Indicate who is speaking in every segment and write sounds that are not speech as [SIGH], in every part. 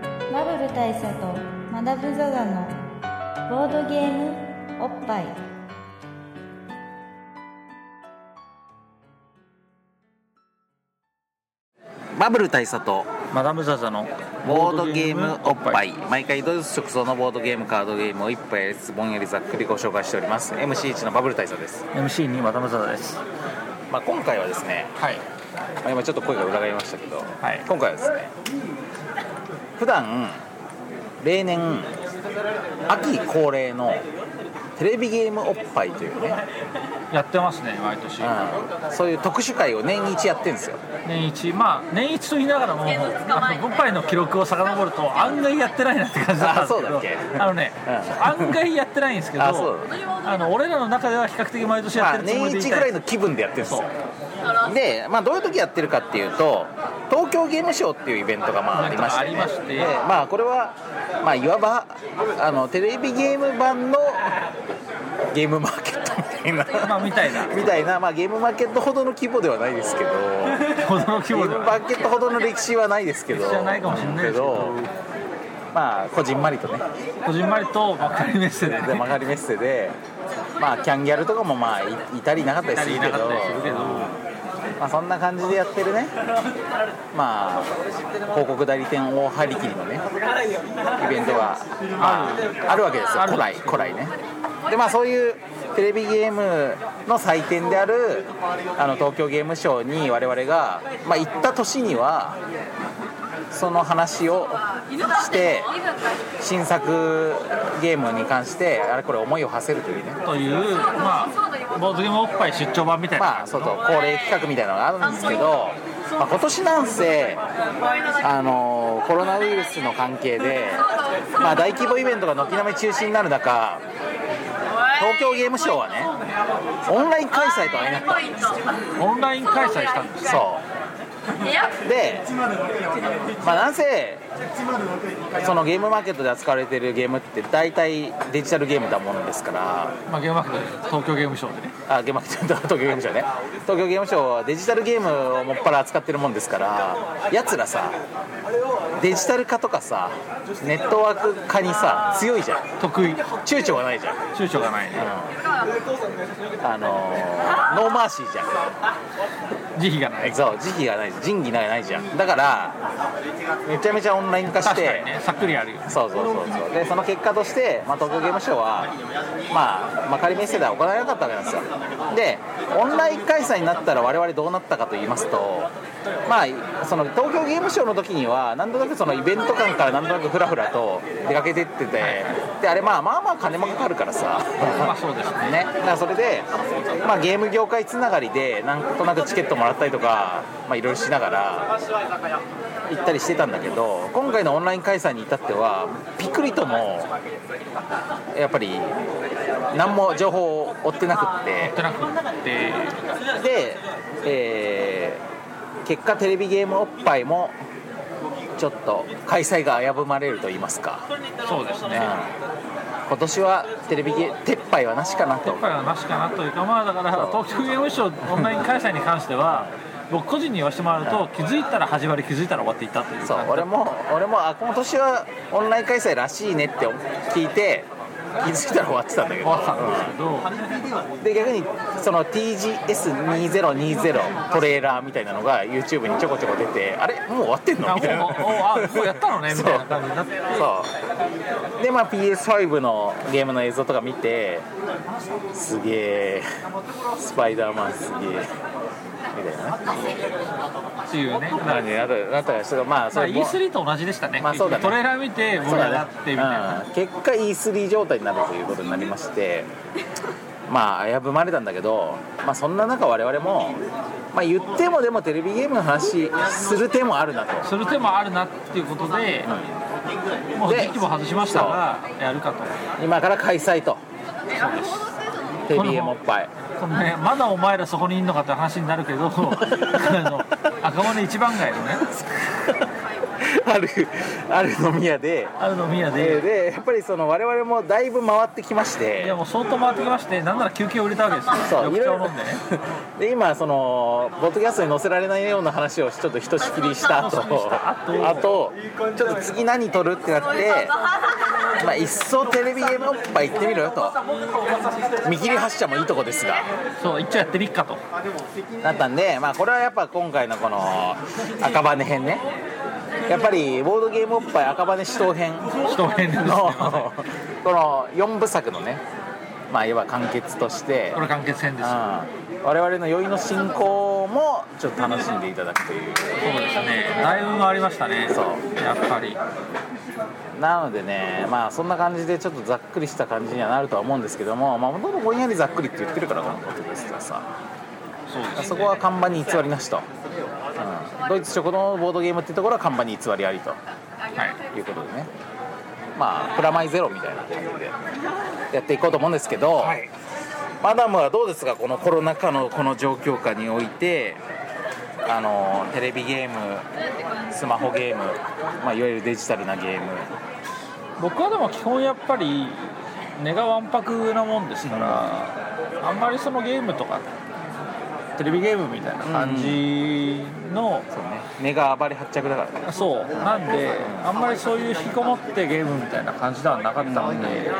Speaker 1: 部大佐とマダブザザのボードゲームおっぱい
Speaker 2: バブル大佐と
Speaker 3: マダムザザの
Speaker 2: ボードゲームおっぱい毎回ドイツ直送のボードゲームカードゲームを一杯ずつぼんやりざっくりご紹介しております MC1 のバブル大佐です、
Speaker 3: MC にマダムザザです
Speaker 2: まあ、今回はですね、
Speaker 3: はい
Speaker 2: まあ今ちょっと声が裏返りましたけど、
Speaker 3: はい
Speaker 2: 今回はですね普段例年秋恒例のテレビゲームおっぱいというね、
Speaker 3: やってますね毎年
Speaker 2: うんそういう特殊会を年一やってるんですよ
Speaker 3: 年一まあ年一と言いながらもなんかおっぱいの記録を遡ると案外やってないなって感じだったんです
Speaker 2: あそうだっ
Speaker 3: け
Speaker 2: け
Speaker 3: どあのね
Speaker 2: うん
Speaker 3: 案外やってないんですけど
Speaker 2: あそう
Speaker 3: あの俺らの中では比較的毎年や
Speaker 2: ま
Speaker 3: っ
Speaker 2: あ、
Speaker 3: てる [LAUGHS] つもり
Speaker 2: 年
Speaker 3: で
Speaker 2: 一
Speaker 3: いた
Speaker 2: ぐらい
Speaker 3: い
Speaker 2: の気分でやってるんですよで、まあ、どういう時やってるかっていうと東京ゲームショーっていうイベントがまあありまして,、ね
Speaker 3: ありまして
Speaker 2: でまあ、これは、まあ、いわばあのテレビゲーム版のゲームマーケットみたい
Speaker 3: [LAUGHS]
Speaker 2: な、
Speaker 3: まあみたいな
Speaker 2: みたいな、まあ、ゲームマーケットほどの規模ではないですけ
Speaker 3: [LAUGHS]
Speaker 2: ど
Speaker 3: 驚き
Speaker 2: ゲー
Speaker 3: も
Speaker 2: ムマーケットほどの歴史はないですけど
Speaker 3: じゃないかもしれないですけど
Speaker 2: まあこじんまり
Speaker 3: [LAUGHS]
Speaker 2: とね
Speaker 3: こじんまりとばっかりメッセで
Speaker 2: で曲がりメッセで、まあ、キャンギャルとかもまあいいたりいなかったりす
Speaker 3: 言
Speaker 2: る
Speaker 3: い
Speaker 2: け
Speaker 3: なか
Speaker 2: ど
Speaker 3: ったりするけど
Speaker 2: まあ、そんな感じでやってるね、まあ、広告代理店大張り切りのね、イベントが、まあ、あるわけですよ、
Speaker 3: ある
Speaker 2: 古来、古来ね。で、まあ、そういうテレビゲームの祭典であるあの東京ゲームショウに我々が、まあ、行った年には、その話をして、新作ゲームに関して、あれこれ、思いを馳せるというね。
Speaker 3: というまあボードゲームおっぱい出張版みたいな
Speaker 2: まあ、そうそう恒例企画みたいなのがあるんですけど、まあ、今年なんせ、あのーコロナウイルスの関係で、まあ、大規模イベントが軒並み中止になる中、東京ゲームショウはね、オンライン開催と相なったんですよ。
Speaker 3: オンライン開催したんです
Speaker 2: そうで、まあ、なんせそのゲームマーケットで扱われてるゲームって大体デジタルゲームだものですから
Speaker 3: まあゲームマーケットで東京ゲームショーでね
Speaker 2: あゲームマ [LAUGHS] ーケット東京ゲームショウね東京ゲームショウはデジタルゲームをもっぱら扱ってるもんですからやつらさデジタル化とかさネットワーク化にさ強いじゃん
Speaker 3: 得意
Speaker 2: 躊躇がないじゃん
Speaker 3: 躊躇がないね
Speaker 2: あのーノーマーシーじゃん
Speaker 3: 慈悲がない
Speaker 2: そう時期がない仁義がないじゃんだからめちゃめちゃオンライン化し
Speaker 3: 確か
Speaker 2: て
Speaker 3: にねさっくりあるよね
Speaker 2: そうそうそうそうでその結果として、まあ、東京ゲームショウは、まあ、まかりメッセでは行われなかったわけなんですよでオンライン開催になったら我々どうなったかと言いますとまあその東京ゲームショウの時には何となくそのイベント間から何となくフラフラと出かけてっててであれまあまあまあ金もかかるからさ
Speaker 3: まあそうですね
Speaker 2: ね、だからそれで、まあ、ゲーム業界つながりでなんとなくチケットもらったりとか、まあ、いろいろしながら行ったりしてたんだけど今回のオンライン開催に至ってはピクリともやっぱり何も情報を追ってなくって
Speaker 3: じゃなくて
Speaker 2: で、えー結果テレビゲームおっぱいもちょっと開催が危ぶまれると言いますか、
Speaker 3: そうです
Speaker 2: うん
Speaker 3: ね
Speaker 2: 今年はテレビゲ撤廃はなしかなと
Speaker 3: 撤。廃はなしかなというかまあだから
Speaker 2: そう
Speaker 3: 東京ゲームショーオンライン開催に関しては僕個人に言わせてもらうと気づいたら始まり気づいたら終わっていったという
Speaker 2: そう
Speaker 3: 感じ
Speaker 2: 俺も俺もあ今年はオンライン開催らしいねって聞いて気づいたら終わってたんだけ
Speaker 3: 終わってた
Speaker 2: ど
Speaker 3: んですけど
Speaker 2: で逆にその TGS2020 トレーラーみたいなのが YouTube にちょこちょこ出てあれもう終わってんのみたい
Speaker 3: あ
Speaker 2: な
Speaker 3: もうあもうやったのねみたいな感じになって
Speaker 2: そうでまあ PS5 のゲームの映像とか見てすげえスパイダーマンすげえみたいなね
Speaker 3: っていうねだから
Speaker 2: 感じになったなったりしてまあ
Speaker 3: まあ
Speaker 2: れも
Speaker 3: E3 と同じでしたね,、
Speaker 2: まあそうだね
Speaker 3: トレーラー見て盛り上がってみたいな、
Speaker 2: うん結果 E3 状態になるということになりましてまあ危ぶまれたんだけど、まあ、そんな中我々も、まあ、言ってもでもテレビゲームの話する手もあるなと
Speaker 3: それでもあるなっていうことで、もう
Speaker 2: で
Speaker 3: 時期も外しましたがやるかと
Speaker 2: 今から開催と
Speaker 3: そうです
Speaker 2: テレビゲームおっぱい
Speaker 3: このね、まだお前らそこにいんのかって話になるけどあの赤羽一番街のね
Speaker 2: [LAUGHS] あるある飲み屋で、
Speaker 3: ある飲み屋
Speaker 2: えー
Speaker 3: で、
Speaker 2: でやっぱりその我々もだいぶ回ってきまし
Speaker 3: い
Speaker 2: て
Speaker 3: やもう相当回ってきまして、なんなら休憩を入れたわけですよ、
Speaker 2: そう
Speaker 3: 緑
Speaker 2: いろ
Speaker 3: 茶を
Speaker 2: いろ [LAUGHS]
Speaker 3: 飲んでね、
Speaker 2: で今そのポッドキャストに載せられないような話をちょっとひとしきりした後
Speaker 3: ひとしきりした後
Speaker 2: あとちょっと次何撮るってなって、
Speaker 3: [LAUGHS]
Speaker 2: まあ、一層テレビゲームおっぱい行ってみろよと見切り発車もいいとこですが
Speaker 3: そう、一応やってみっかと、
Speaker 2: だったんで、まあ、これはやっぱ今回のこの赤羽編ねやっぱりボードゲームおっぱい赤羽死闘編
Speaker 3: 人変です
Speaker 2: の
Speaker 3: よ、
Speaker 2: この4部作のねまあいわば完結として
Speaker 3: これ、完結編ですよ、
Speaker 2: うん我々の酔いの進行もちょっと楽しんでいただくという
Speaker 3: そうですね、だいぶ回りましたね、
Speaker 2: そう
Speaker 3: やっぱり、
Speaker 2: なのでねまあそんな感じでちょっとざっくりした感じにはなるとは思うんですけどもまあほとんどぼんやりざっくりって言ってるからこのことですからさ
Speaker 3: そうですね、
Speaker 2: そこは看板に偽りなしと、うん、ドイツ食のボードゲームってところは看板に偽りありと
Speaker 3: はい、
Speaker 2: いうことでねまあプラマイゼロみたいな感じでやっていこうと思うんですけど、
Speaker 3: はい、
Speaker 2: マダムはどうですかこのコロナ禍のこの状況下においてあのテレビゲームスマホゲーム、まあ、いわゆるデジタルなゲーム
Speaker 3: 僕はでも基本やっぱり根がわんぱくなもんですから、あんまりそのゲームとかテレビゲームみたいな感じの、
Speaker 2: そうね根が暴れ発着だからね
Speaker 3: そうなんであんまりそういう引きこもってゲームみたいな感じではなかったので、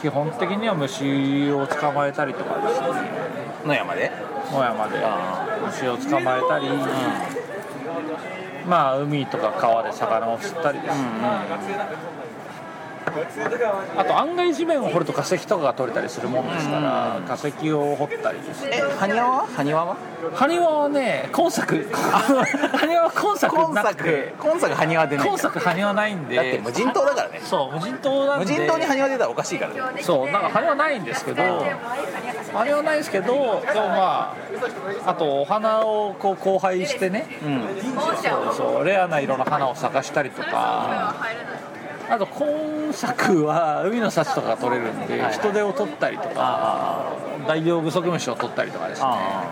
Speaker 3: 基本的には虫を捕まえたりとかですね
Speaker 2: 野山で
Speaker 3: 野山で
Speaker 2: あ
Speaker 3: 虫を捕まえたり、まあ海とか川で魚を釣ったりですね、あと案外地面を掘ると化石とかが取れたりするもんですから、化石を掘ったりですね
Speaker 2: え埴輪は埴輪は
Speaker 3: 埴輪はね今作
Speaker 2: [LAUGHS]
Speaker 3: 埴輪は今作
Speaker 2: 今
Speaker 3: なく
Speaker 2: 作
Speaker 3: て
Speaker 2: 今作埴輪でね
Speaker 3: 今作埴輪ないんで
Speaker 2: だって無人島だからね
Speaker 3: そう無人島なん
Speaker 2: 無
Speaker 3: で
Speaker 2: 人島に埴輪出たらおかしいからね
Speaker 3: そうなんか羽はないんですけど羽はないですけどでもまああとお花をこう交配してね
Speaker 2: うん
Speaker 3: そうそうレアな色の花を探したりとかあと今作は海の幸とかが取れるんで
Speaker 2: はい
Speaker 3: 人手を取ったりとか大量不足虫を取ったりとかですね
Speaker 2: あ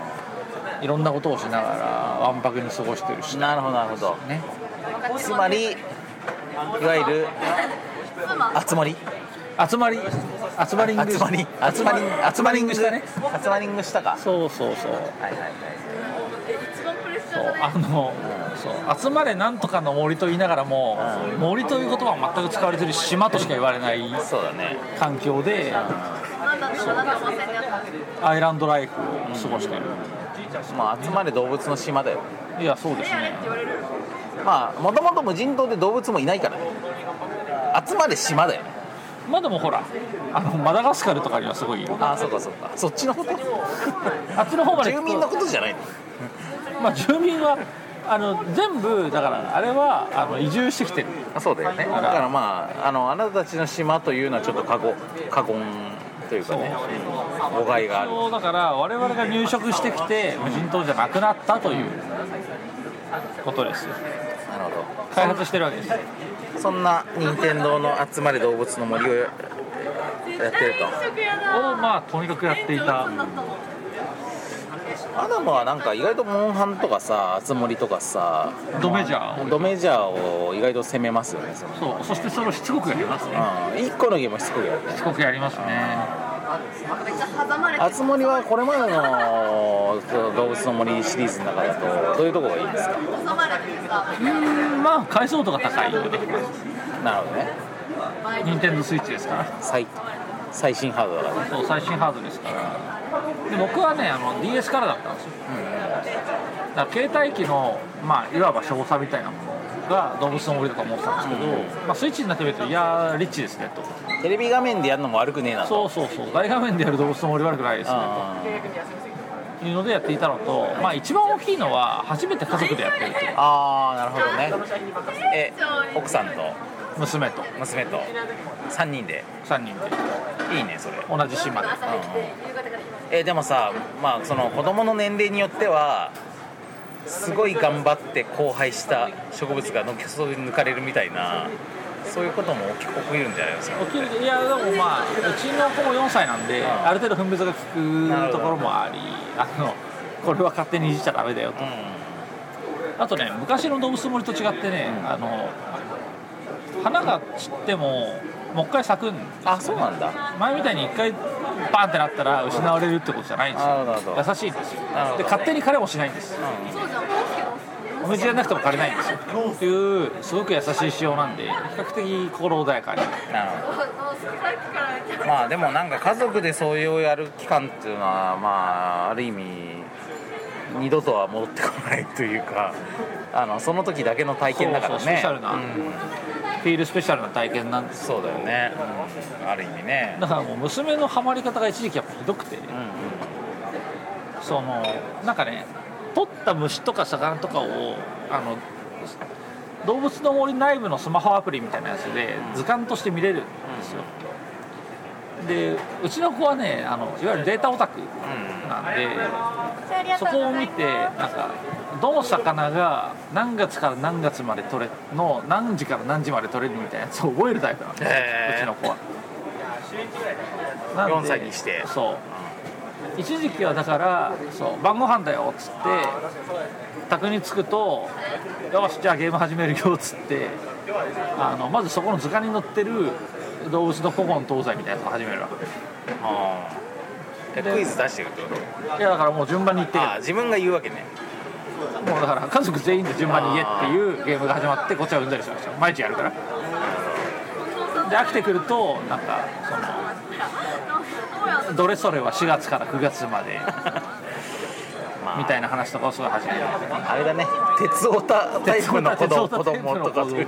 Speaker 3: いろんなことをしながらわんぱくに過ごしてるし
Speaker 2: あなるほどなるほど
Speaker 3: ね
Speaker 2: つまりいわゆる集まり
Speaker 3: 集まり集まりング
Speaker 2: 集まり集まり集まりング
Speaker 3: し
Speaker 2: したた
Speaker 3: ね
Speaker 2: ね集まりングしたか
Speaker 3: そうそうそう
Speaker 2: はいはいはい
Speaker 3: そうあの、そう集まれなんとかの森と言いながらも、森という言葉は全く使われてる島としか言われない
Speaker 2: そうだね
Speaker 3: 環境で、アイランドライフを過ごしてる、
Speaker 2: まあ集まれ動物の島だよ
Speaker 3: いやそうですね
Speaker 2: まあもともと無人島で動物もいないからね集まれ島だよね
Speaker 3: まあでもほらあのマダガスカルとかにはすごいいる
Speaker 2: ああそうかそうかそっちのこと
Speaker 3: あっちの方まで行
Speaker 2: 住
Speaker 3: くと
Speaker 2: 民のことじゃないの
Speaker 3: まあ、住民はあの全部だからあれはあの移住してきてる
Speaker 2: あそうだよねだからまああのあなたたちの島というのはちょっと過言過言というかね誤解がある
Speaker 3: そうだから我々が入植してきて無人島じゃなくなったということですよ
Speaker 2: なるほど
Speaker 3: 開発してるわけです
Speaker 2: そんな任天堂の集まれ動物の森をやってると
Speaker 3: をまあとにかくやっていた
Speaker 2: アダムはなんか意外とモンハンとかさ熱森とかさ
Speaker 3: ドメジャーを
Speaker 2: ドメジャーを意外と攻めますよねその
Speaker 3: そうそしてそれをしつこくやりますね
Speaker 2: うん1個のゲームしつこくやるね
Speaker 3: しつこくやりますね
Speaker 2: 熱森はこれまでのその動物の森シリーズの中だとどういうとこがいいんですか
Speaker 3: うんまあ解像度が高いよね
Speaker 2: なるほどね
Speaker 3: 任天堂スイッチですから
Speaker 2: 最最新ハードだからね
Speaker 3: そう最新ハードですからで僕はねあの DS からだったんですよだから携帯機のまあいわば少佐みたいなものが動物の森とか持ってたんですけど、まあ、スイッチになってみるといやーリッチですねと
Speaker 2: テレビ画面でやるのも悪くねえなと
Speaker 3: そうそうそう大画面でやる動物の森悪くないですね
Speaker 2: あー
Speaker 3: というのでやっていたのと、まあ、一番大きいのは初めて家族でやってるという
Speaker 2: あーなるほどねえ奥さんと
Speaker 3: 娘と
Speaker 2: 娘と3人で
Speaker 3: 3人で
Speaker 2: いいねそれ
Speaker 3: 同じ島で
Speaker 2: えでもさまあその子供の年齢によってはすごい頑張って交配した植物がのけそ抜かれるみたいなそういうことも起き起きるんじゃないですか
Speaker 3: 起きるいやでもまあうちの子も4歳なんである程度分別が利くところもありあのこれは勝手にいじっちゃダメだよと
Speaker 2: う
Speaker 3: あとね昔の動物の森と違ってね、あの花が散ってももう一回咲くん
Speaker 2: あそうなんだ
Speaker 3: 前みたいに一回バンってなったら失われるってことじゃないんです
Speaker 2: なるほど
Speaker 3: よ優しいんですよ
Speaker 2: なるほど
Speaker 3: で勝手に枯れもしないんですお水じゃなくても枯れないんですよっていうすごく優しい仕様なんで比較的心穏やかに
Speaker 2: なるほどまあでもなんか家族でそういうやる期間っていうのはまあある意味二度とは戻ってこないというかあのその時だけの体験だからね
Speaker 3: そうそうスペシャルな
Speaker 2: うん
Speaker 3: フィールスペシャルな体験なんです
Speaker 2: そうだよね、うんある意味ね
Speaker 3: だからもう娘のハマり方が一時期やっぱひどくて
Speaker 2: うんうん
Speaker 3: そのなんかね取った虫とか魚とかをあの動物の森内部のスマホアプリみたいなやつで図鑑として見れるんですよ、でうちの子はねあのいわゆるデータオタクなんで、そこを見てなんかどの魚が何月から何月まで取れの何時から何時まで取れるみたいなやつを覚えるタイプなんですよ
Speaker 2: へー
Speaker 3: うちの子は
Speaker 2: 4歳にして
Speaker 3: そう一時期はだからそう晩ご飯だよっつって宅に着くと「よしじゃあゲーム始めるよ」っつってあのまずそこの図鑑に載ってる動物の古今東西みたいなやつを始めるわ
Speaker 2: あーえ
Speaker 3: で
Speaker 2: クイズ出してるってこ
Speaker 3: けいやだからもう順番に言って
Speaker 2: とあー自分が言うわけね
Speaker 3: もうだから家族全員で順番に言えっていうゲームが始まってこっちはうんざりしました毎日やるからで飽きてくるとなんかそのどれそれは4月から9月まで
Speaker 2: [LAUGHS] まあ
Speaker 3: みたいな話とかをすごい始める
Speaker 2: あれだね鉄オタタイプの子供子供とか作る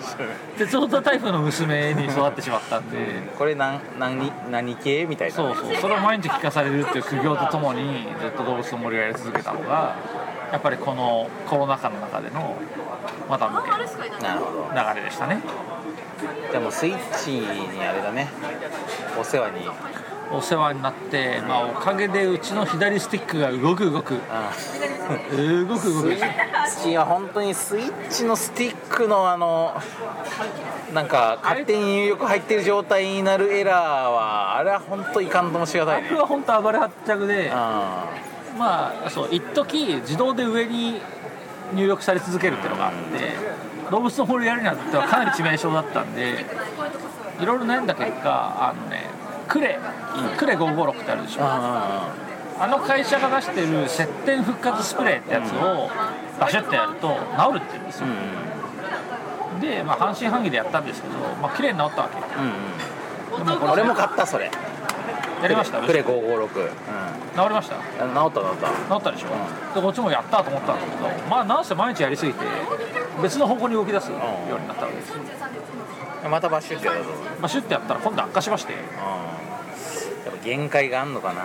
Speaker 3: 鉄オタタイプの娘に育ってしまったんで
Speaker 2: これ何何何系みたいな
Speaker 3: そうそうそれを毎日聞かされるっていう苦行とともにずっと動物の森をやり続けたのがやっぱりこのコロナ禍の中でのまた向けの
Speaker 2: なるほど
Speaker 3: 流れでしたね
Speaker 2: でもスイッチにあれだねお世話に
Speaker 3: お世話になって、まあ、おかげでうちの左スティックが動く動く
Speaker 2: あ
Speaker 3: 動く動
Speaker 2: スイ
Speaker 3: く
Speaker 2: ッチは本当にスイッチのスティックのあのなんか勝手に入力入ってる状態になるエラーはあれは本当いかんともしがたいね
Speaker 3: 僕は本当暴れ発着で
Speaker 2: あ
Speaker 3: まあそう一時自動で上に入力され続けるっていうのがあって動物の森やるにあってはかなり致命傷だったんでいろいろ悩んだ結果あのねクレクレ556ってあるでしょ
Speaker 2: あ
Speaker 3: あの会社が出してる接点復活スプレーってやつをバシュッてやると治るって言うんですよ
Speaker 2: うんうん
Speaker 3: で、まあ、半信半疑でやったんですけど、まあ綺麗に治ったわけでも
Speaker 2: うん
Speaker 3: これ
Speaker 2: 俺も買ったそれ
Speaker 3: やりました
Speaker 2: ク
Speaker 3: 治
Speaker 2: レ
Speaker 3: り
Speaker 2: 556、うん、治
Speaker 3: ました
Speaker 2: った治った
Speaker 3: 治ったでしょ、でこっちもやったと思ったんですけどまあなんせ毎日やりすぎて別の方向に動き出すようになったわけです、
Speaker 2: またバッシュってやるぞ
Speaker 3: まあ、シュッてやったら今度悪化しまして
Speaker 2: やっぱ限界があんのかな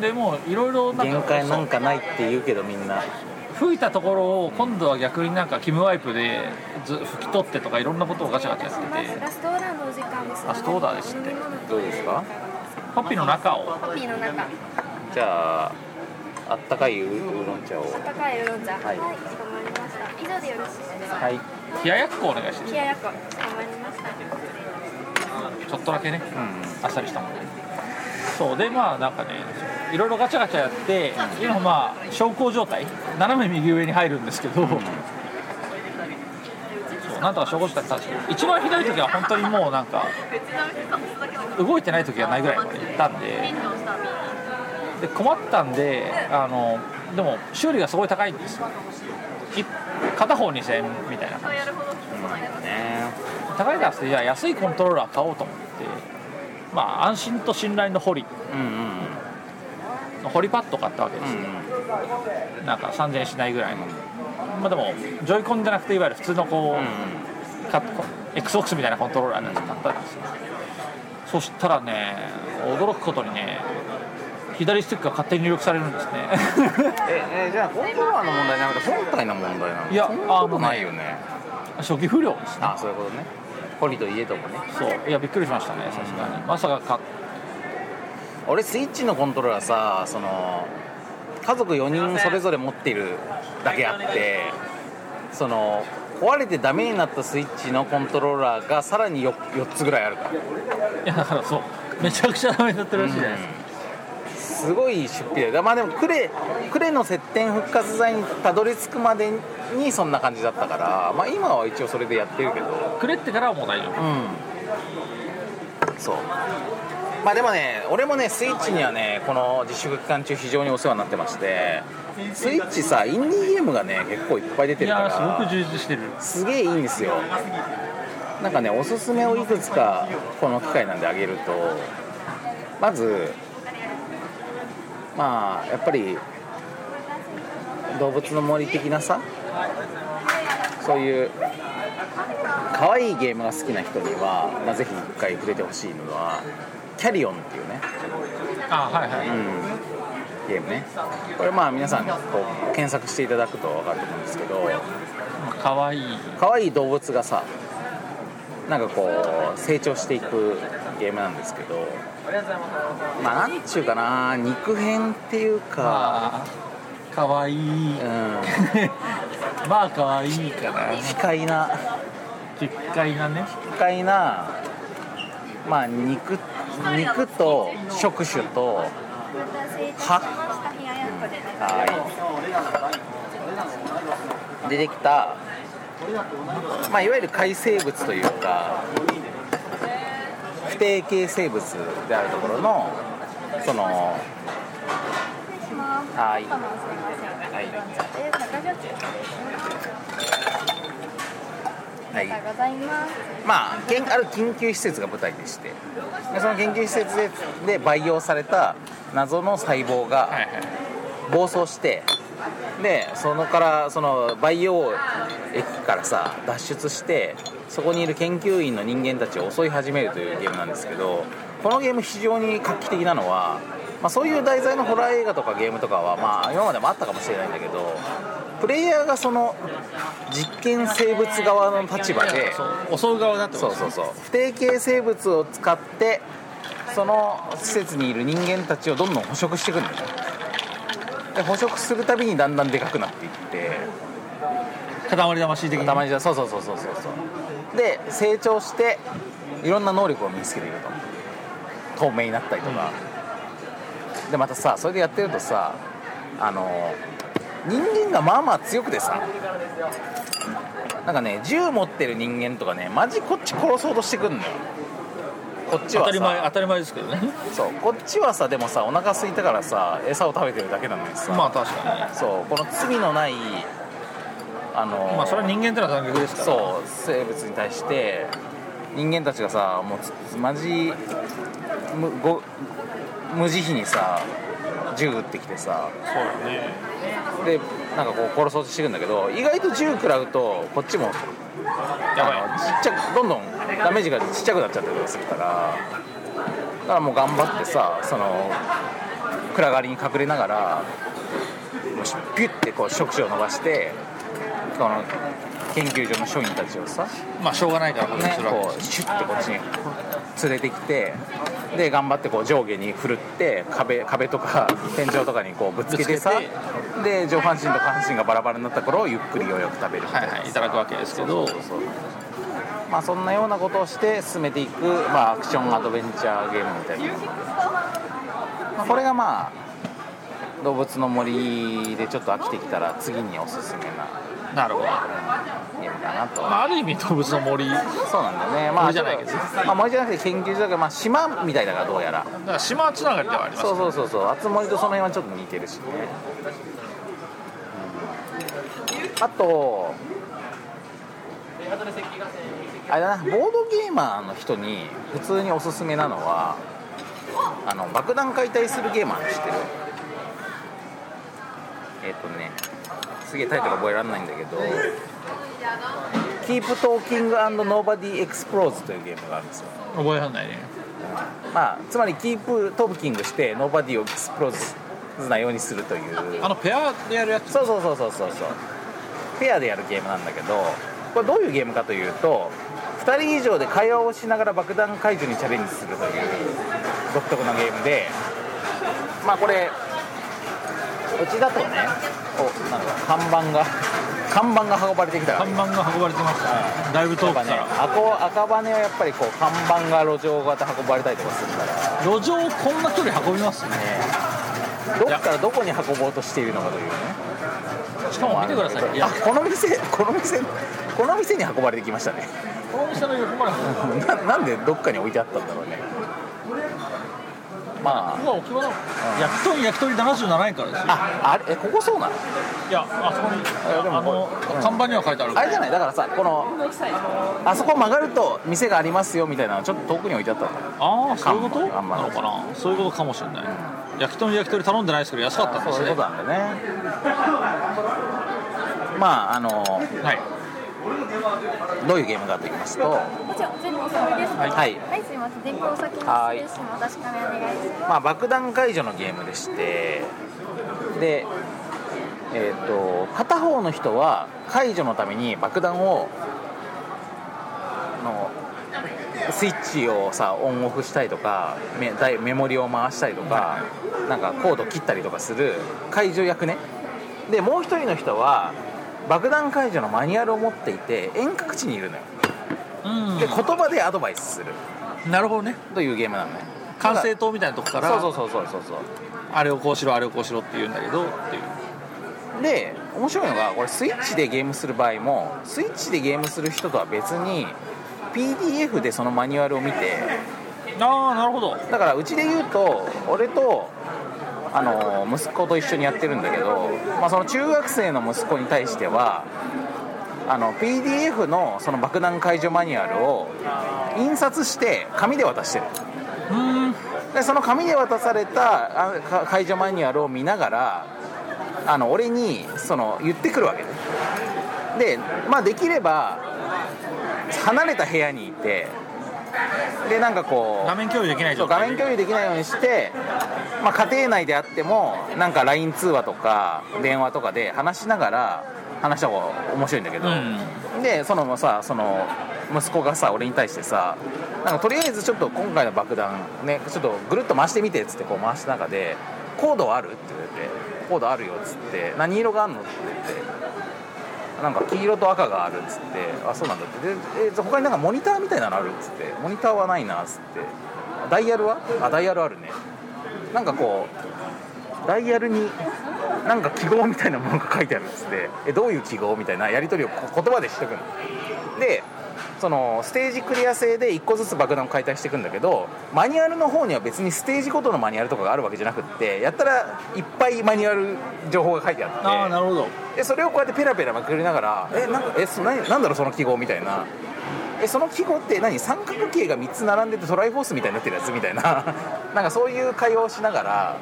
Speaker 3: でもういろいろなんか
Speaker 2: 限界なんかないって言うけどみんな
Speaker 3: 吹いたところを今度は逆になんかキムワイプでず拭き取ってとかいろんなことをガチャガチャやってて
Speaker 4: ラストオーダーのお時間です。
Speaker 3: ラストオーダーですって
Speaker 2: どうですか
Speaker 3: パピの中を
Speaker 4: コピーの中、
Speaker 2: じゃああったかいうウーロン茶を
Speaker 4: 温かいうどん茶。
Speaker 2: は
Speaker 4: はいい、かしこまりました。以上でよろしいですか。
Speaker 2: はい
Speaker 3: 冷ややっこお願いしま
Speaker 4: 冷ややっこ、かしこまりました。
Speaker 3: すちょっとだけね
Speaker 2: うん
Speaker 3: あっさりしたもんねそうでまあなんかねいろいろガチャガチャやって今まあ昇降状態斜め右上に入るんですけど、そうなんとか昇降状態だったんですけど一番ひどい時は本当にもうなんか動いてない時はないぐらいまで行ったんでで困ったんであのでも修理がすごい高いんですよい片方2000円みたいな感じ
Speaker 2: ね
Speaker 3: 高いからってじゃあ安いコントローラー買おうと思ってまあ安心と信頼のホリ
Speaker 2: うんうん
Speaker 3: ホリパッド買ったわけで
Speaker 2: う
Speaker 3: すよ、
Speaker 2: ん
Speaker 3: なんか3000円しないぐらいの、まあ、でもジョイコンじゃなくていわゆる普通のこ
Speaker 2: うん
Speaker 3: う、カット XBOX みたいなコントローラーのやつ買ったんですよ、そしたらね驚くことにね左スティックが勝手に入力されるんですね
Speaker 2: [LAUGHS] ええじゃあコントローラーの問題じゃなくて本体の問題なの
Speaker 3: いや
Speaker 2: そんなことないよね
Speaker 3: 初期不良ですね
Speaker 2: あそういうことねホリといえどもね
Speaker 3: そういやびっくりしましたねさすがにまさかか
Speaker 2: 俺スイッチのコントローラーさその家族4人それぞれ持ってるだけあってその壊れてダメになったスイッチのコントローラーがさらに 4, つぐらいあるから
Speaker 3: いやだからそうめちゃくちゃダメになってるらしいじゃないですか、
Speaker 2: すごい出費でまあでも呉呉の接点復活剤にたどり着くまでにそんな感じだったからまあ今は一応それでやってるけど
Speaker 3: くれってからはもう大丈夫
Speaker 2: うんそうまあでもね俺もねスイッチにはねこの自粛期間中非常にお世話になってましてスイッチさインディーゲームがね結構いっぱい出て
Speaker 3: い
Speaker 2: るか
Speaker 3: や
Speaker 2: ら
Speaker 3: ーすごく充実してる
Speaker 2: すげえいいんですよなんかねおすすめをいくつかこの機会なんであげるとまずまあやっぱり動物の森的なさそういう可愛いゲームが好きな人には、まあ、ぜひ一回触れてほしいのは「キャリオン」っていうね
Speaker 3: あはいはい、
Speaker 2: うんゲームねこれまあ皆さんこう検索していただくと分かると思うんですけど
Speaker 3: かわいい
Speaker 2: 可愛い動物がさなんかこう成長していくゲームなんですけどまあなんちゅうかな肉片っていうか
Speaker 3: あーかわいい、
Speaker 2: う
Speaker 3: まあかわいいかなん
Speaker 2: 奇怪な
Speaker 3: 結界がね
Speaker 2: 奇怪なまあ肉肉と触手とはい出てきた、まあ、いわゆる海生物というか不定形生物であるところのそのはいは
Speaker 4: あ
Speaker 2: い
Speaker 4: りがとうございます。
Speaker 2: まあ、研ある研究施設が舞台でしてでその研究施設でで培養された謎の細胞が、
Speaker 3: はいはい
Speaker 2: 暴走してでそのからその培養液からさ脱出してそこにいる研究員の人間たちを襲い始めるというゲームなんですけどこのゲーム非常に画期的なのは、まあ、そういう題材のホラー映画とかゲームとかは、まあ、今までもあったかもしれないんだけどプレイヤーがその実験生物側の立場で。
Speaker 3: そう襲う側だって
Speaker 2: そ
Speaker 3: こと
Speaker 2: うそうそう不定形生物を使ってその施設にいる人間たちをどんどん捕食していくんだよねで捕食するたびにだんだんでかくなっていって
Speaker 3: 塊魂的に
Speaker 2: たまにそうそうそうそうそうそうで成長していろんな能力を身につけていくと透明になったりとか、でまたさそれでやってるとさあの人間がまあまあ強くてさなんかね銃持ってる人間とかねマジこっち殺そうとしてくんのよこっちはさ
Speaker 3: 当たり前当たり前ですけどね
Speaker 2: そうこっちはさでもさお腹空いたからさ餌を食べてるだけなのにさ、
Speaker 3: まあ確か
Speaker 2: そうこの罪のないあの
Speaker 3: にまあそれは人間ってのは残虐ですから
Speaker 2: そう生物に対して人間たちがさもうつつマジむご無慈悲にさ銃撃ってきてさ
Speaker 3: そうだね
Speaker 2: でなんかこう殺そうとしてくんだけど意外と銃食らうとこっちもち
Speaker 3: やばい
Speaker 2: っちゃくどんどんダメージがちっちゃくなっちゃったりとかするからだからもう頑張ってさその暗がりに隠れながらもうしピュッてこう触手を伸ばしてこの研究所の署員たちをさ
Speaker 3: まあしょうがないから
Speaker 2: ね
Speaker 3: す、るわけ
Speaker 2: こうシュッてこっちに連れてきてで頑張ってこう上下に振るって壁壁とか天井とかにこうぶつけてさ
Speaker 3: ぶつ
Speaker 2: で上半身と下半身がバラバラになった頃をゆっくりようやく食べるみた
Speaker 3: はいい
Speaker 2: な
Speaker 3: はいいただくわけですけど
Speaker 2: そうそうまあそんなようなことをして進めていく、まあ、アクションアドベンチャーゲームみたいな、まあこれがまあ動物の森でちょっと飽きてきたら次におすすめな
Speaker 3: なるほど、ま
Speaker 2: ゲームかなと
Speaker 3: あ、ある意味動物の森だか
Speaker 2: そうなんだよね、まあ、
Speaker 3: 森じゃないけど
Speaker 2: ちょっとまあ、森じゃなくて研究所だけど、まあ、島みたいだからどうやら
Speaker 3: ら島つながりではあります
Speaker 2: そうそうそうそう厚森とその辺はちょっと似てるしね、うんあとあれだなボードゲーマーの人に普通におすすめなのはあの爆弾解体するゲーマーの知ってるえっ、とねすげえタイトル覚えられないんだけど「Keep Talking and Nobody Explodes」というゲームがあるんですよ
Speaker 3: 覚えらんないね
Speaker 2: まあ、つまりキープトーキングしてノーバディをエクスプローズなようにするという
Speaker 3: あのペアでやるやつ
Speaker 2: そうそうそうそうそうそうペアでやるゲームなんだけどこれどういうゲームかというと2人以上で会話をしながら爆弾解除にチャレンジするという独特のゲームでまあこれうちだとねおなんか看板が看板が運ばれてきたから
Speaker 3: 看板が運ばれてますねだいぶ遠
Speaker 2: や
Speaker 3: く
Speaker 2: っぱ
Speaker 3: か
Speaker 2: ね
Speaker 3: ら
Speaker 2: あこ赤羽はやっぱりこう看板が路上型運ばれたりとかするから
Speaker 3: 路上をこんな距離運びます
Speaker 2: ねどこからどこに運ぼうとしているのかというね
Speaker 3: しかも見てくださいいや
Speaker 2: あこの店この店この店に運ばれてきましたね
Speaker 3: この店の横までこ
Speaker 2: ななんでどっかに置いてあったんだろうねま
Speaker 3: こが置き場だもん焼き鳥焼き鳥77円からですよ
Speaker 2: あああれえここそうなの
Speaker 3: いやあそこに
Speaker 2: やでも
Speaker 3: あの看板には書いてある
Speaker 2: あれじゃないだからさこのあそこ曲がると店がありますよみたいなのちょっと遠くに置いてあったの
Speaker 3: ああそういうこと
Speaker 2: 看板
Speaker 3: なのかなそういうことかもしれない焼き鳥焼き鳥頼んでないですけど安かったんで
Speaker 2: そ
Speaker 3: す
Speaker 2: ういう
Speaker 3: ね
Speaker 2: ことなんだねまああの
Speaker 3: はい
Speaker 2: どういうゲームかと言いますと
Speaker 4: もちろん全部お先ですか。
Speaker 2: はい
Speaker 4: はい、すみません。全部お先に
Speaker 2: はい
Speaker 4: 失礼します。お確かめお願いします。
Speaker 2: まあ、爆弾解除のゲームでしてで、えー、と片方の人は解除のために爆弾をあのスイッチをさオンオフしたりとかメダイメモリを回したりとかなんかコード切ったりとかする解除役ねでもう一人の人は爆弾解除のマニュアルを持っていて遠隔地にいるのよで言
Speaker 3: う
Speaker 2: 葉でアドバイスする
Speaker 3: んなるほどね
Speaker 2: というゲームなのね
Speaker 3: 管制塔みたいなとこから
Speaker 2: そうそうそうそうそうそう
Speaker 3: あれをこうしろあれをこうしろって言うんだけどっていう
Speaker 2: で面白いのがこれスイッチでゲームする場合もスイッチでゲームする人とは別に PDF でそのマニュアルを見て
Speaker 3: ああなるほど
Speaker 2: だからうちで言うと俺とあの息子と一緒にやってるんだけど、まあ、その中学生の息子に対してはあの PDF のその爆弾解除マニュアルを印刷して紙で渡してる
Speaker 3: うん
Speaker 2: でその紙で渡されたあか解除マニュアルを見ながらあの俺にその言ってくるわけで、まあ、できれば離れた部屋にいてでなんかこう
Speaker 3: 画面共有できない
Speaker 2: そう
Speaker 3: 状
Speaker 2: 画
Speaker 3: 態
Speaker 2: 面共有できないようにして、まあ、家庭内であってもなんか LINE 通話とか電話とかで話しながら話した方が面白いんだけど、でそのさその息子がさ俺に対してさなんかとりあえずちょっと今回の爆弾ねちょっとぐるっと回してみてっつってこう回した中で「コードある?」って言われて「コードあるよ」っつって「何色があるの?」って言って。なんか黄色と赤があるっつって「あそうなんだ」って「でえ他になんかモニターみたいなのある?」っつって「モニターはないな」っつって「ダイヤルはあダイヤルあるね」なんかこうダイヤルになんか記号みたいなものが書いてあるんですってえどういう記号みたいなやり取りをこ言葉でしとくのでそのステージクリア制で1個ずつ爆弾を解体していくんだけどマニュアルの方には別にステージごとのマニュアルとかがあるわけじゃなくってやったらいっぱいマニュアル情報が書いてあって
Speaker 3: ああなるほど
Speaker 2: でそれをこうやってペラペラまくりながら「えなんかえそ何なんだろうその記号」みたいな「えその記号って何三角形が3つ並んでてトライフォースみたいになってるやつ」みたいな [LAUGHS] なんかそういう会話をしながら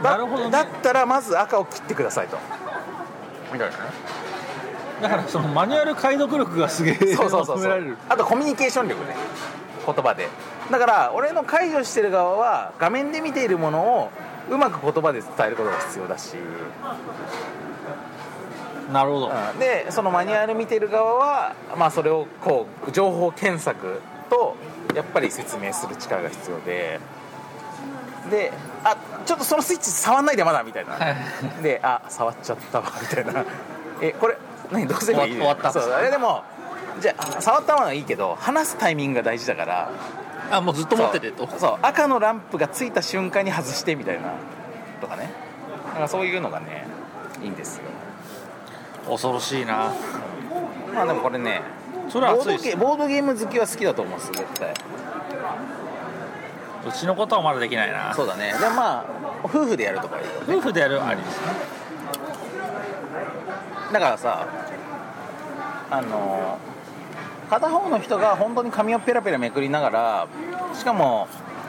Speaker 2: だ
Speaker 3: なるほどね
Speaker 2: だったらまず赤を切ってくださいと。みたいなね
Speaker 3: だからそのマニュアル解読力がすげえ [LAUGHS]
Speaker 2: そうそうそう
Speaker 3: 求め
Speaker 2: そ
Speaker 3: られる
Speaker 2: うあとコミュニケーション力ね言葉でだから俺の解除してる側は画面で見ているものをうまく言葉で伝えることが必要だし
Speaker 3: なるほど
Speaker 2: うんでそのマニュアル見てる側は、まあ、それをこう情報検索とやっぱり説明する力が必要でであちょっとそのスイッチ触んないでまだみたいなであ触っちゃったわみたいなえこれ何どうすればいい
Speaker 3: 終わった終わっ
Speaker 2: そ
Speaker 3: た
Speaker 2: うあれでもじゃあ触ったままはいいけど話すタイミングが大事だから
Speaker 3: あもうずっと持っててと
Speaker 2: そうそう赤のランプがついた瞬間に外してみたいなとかねだからそういうのがねいいんですよ
Speaker 3: 恐ろしいな
Speaker 2: まあでもこれね
Speaker 3: それは
Speaker 2: ボー
Speaker 3: 熱い
Speaker 2: ド
Speaker 3: っす
Speaker 2: ゲボードゲーム好きは好きだと思うんです絶対
Speaker 3: うちのことはまだできないな
Speaker 2: そうだねでまあ夫婦でやるとかいいよ
Speaker 3: 夫婦でやるありですね
Speaker 2: だからさあの片方の人が本当に紙をペラペラめくりながらしかも